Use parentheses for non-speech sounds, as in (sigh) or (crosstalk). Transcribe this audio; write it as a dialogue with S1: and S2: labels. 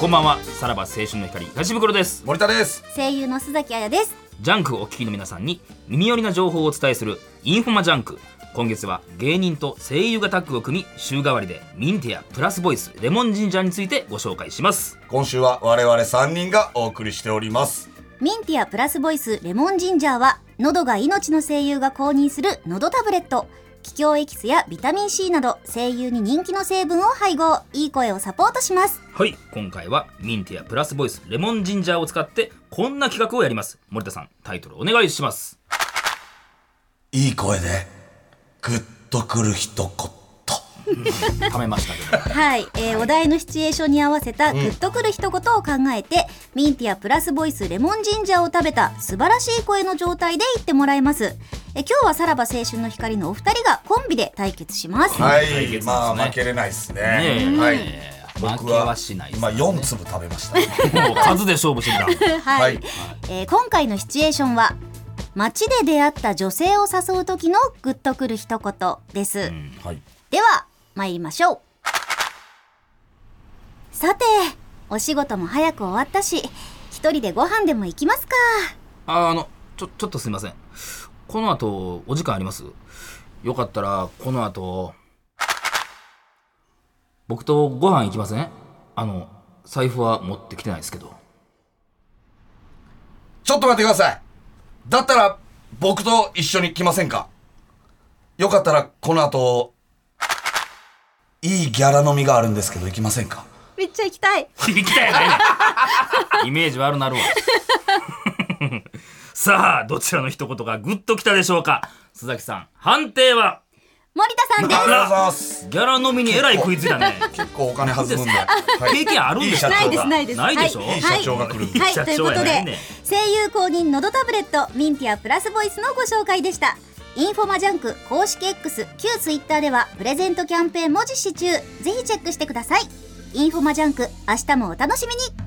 S1: こんばんはさらば青春の光東袋です
S2: 森田です
S3: 声優の須崎彩です
S1: ジャンクをお聞きの皆さんに耳寄りな情報をお伝えするインフォマジャンク今月は芸人と声優がタッグを組み週替わりでミンティアプラスボイスレモンジンジャーについてご紹介します
S2: 今週は我々3人がお送りしております
S3: ミンティアプラスボイスレモンジンジャーは喉が命の声優が公認する喉タブレット気境エキスやビタミン C など声優に人気の成分を配合いい声をサポートします
S1: はい今回はミンティアプラスボイスレモンジンジャーを使ってこんな企画をやります森田さんタイトルお願いします
S2: いい声でグッとくる一言
S1: ためましたけど
S3: はい、えーお題のシチュエーションに合わせたグッとくる一言を考えて、ミンティアプラスボイスレモンジンジャーを食べた素晴らしい声の状態で言ってもらいますえ今日はさらば青春の光のお二人がコンビで対決します
S2: は
S1: 対決です
S2: い
S1: ね
S2: まあ負けれないですね
S1: ねえ
S2: はい
S1: えー負けはしないです
S2: 今4粒食べました、ね、
S1: もう数で勝負してきた
S3: (laughs) はい、
S2: はい
S3: えー今回のシチュエーションは街で出会った女性を誘う時のグッとくる一言です、
S2: はい
S3: では参りましょうさてお仕事も早く終わったし一人でご飯でも行きますか
S1: ああのちょちょっとすいませんこの後お時間ありますよかったらこの後僕とご飯行きませんあの財布は持ってきてないですけど
S2: ちょっと待ってくださいだったら僕と一緒に来ませんかよかったらこの後いいギャラ飲みがあるんですけど行きませんか
S3: めっちゃ行きたい
S1: 行きたいねイメージ悪なるわ (laughs) さあどちらの一言がグッときたでしょうか須崎さん判定は
S3: 森
S2: (laughs)
S3: 田さんで
S2: あ
S3: す
S2: りがとうございます
S1: ギャラ飲みにえらい食いついたね
S2: 結構お金弾むんで、
S1: 経験あるんですか
S2: いい社長が
S3: ないですない
S1: ないで
S3: です
S1: しょ、
S3: はい
S2: い社長が来るんで、
S3: はい、
S1: 社
S3: という
S1: 長
S3: こ
S1: や
S3: と
S1: な
S3: で、
S1: いね
S3: 声優公認のどタブレットミンティアプラスボイスのご紹介でしたインフォマジャンク公式 X 旧 Twitter ではプレゼントキャンペーンも実施中ぜひチェックしてくださいインフォマジャンク明日もお楽しみに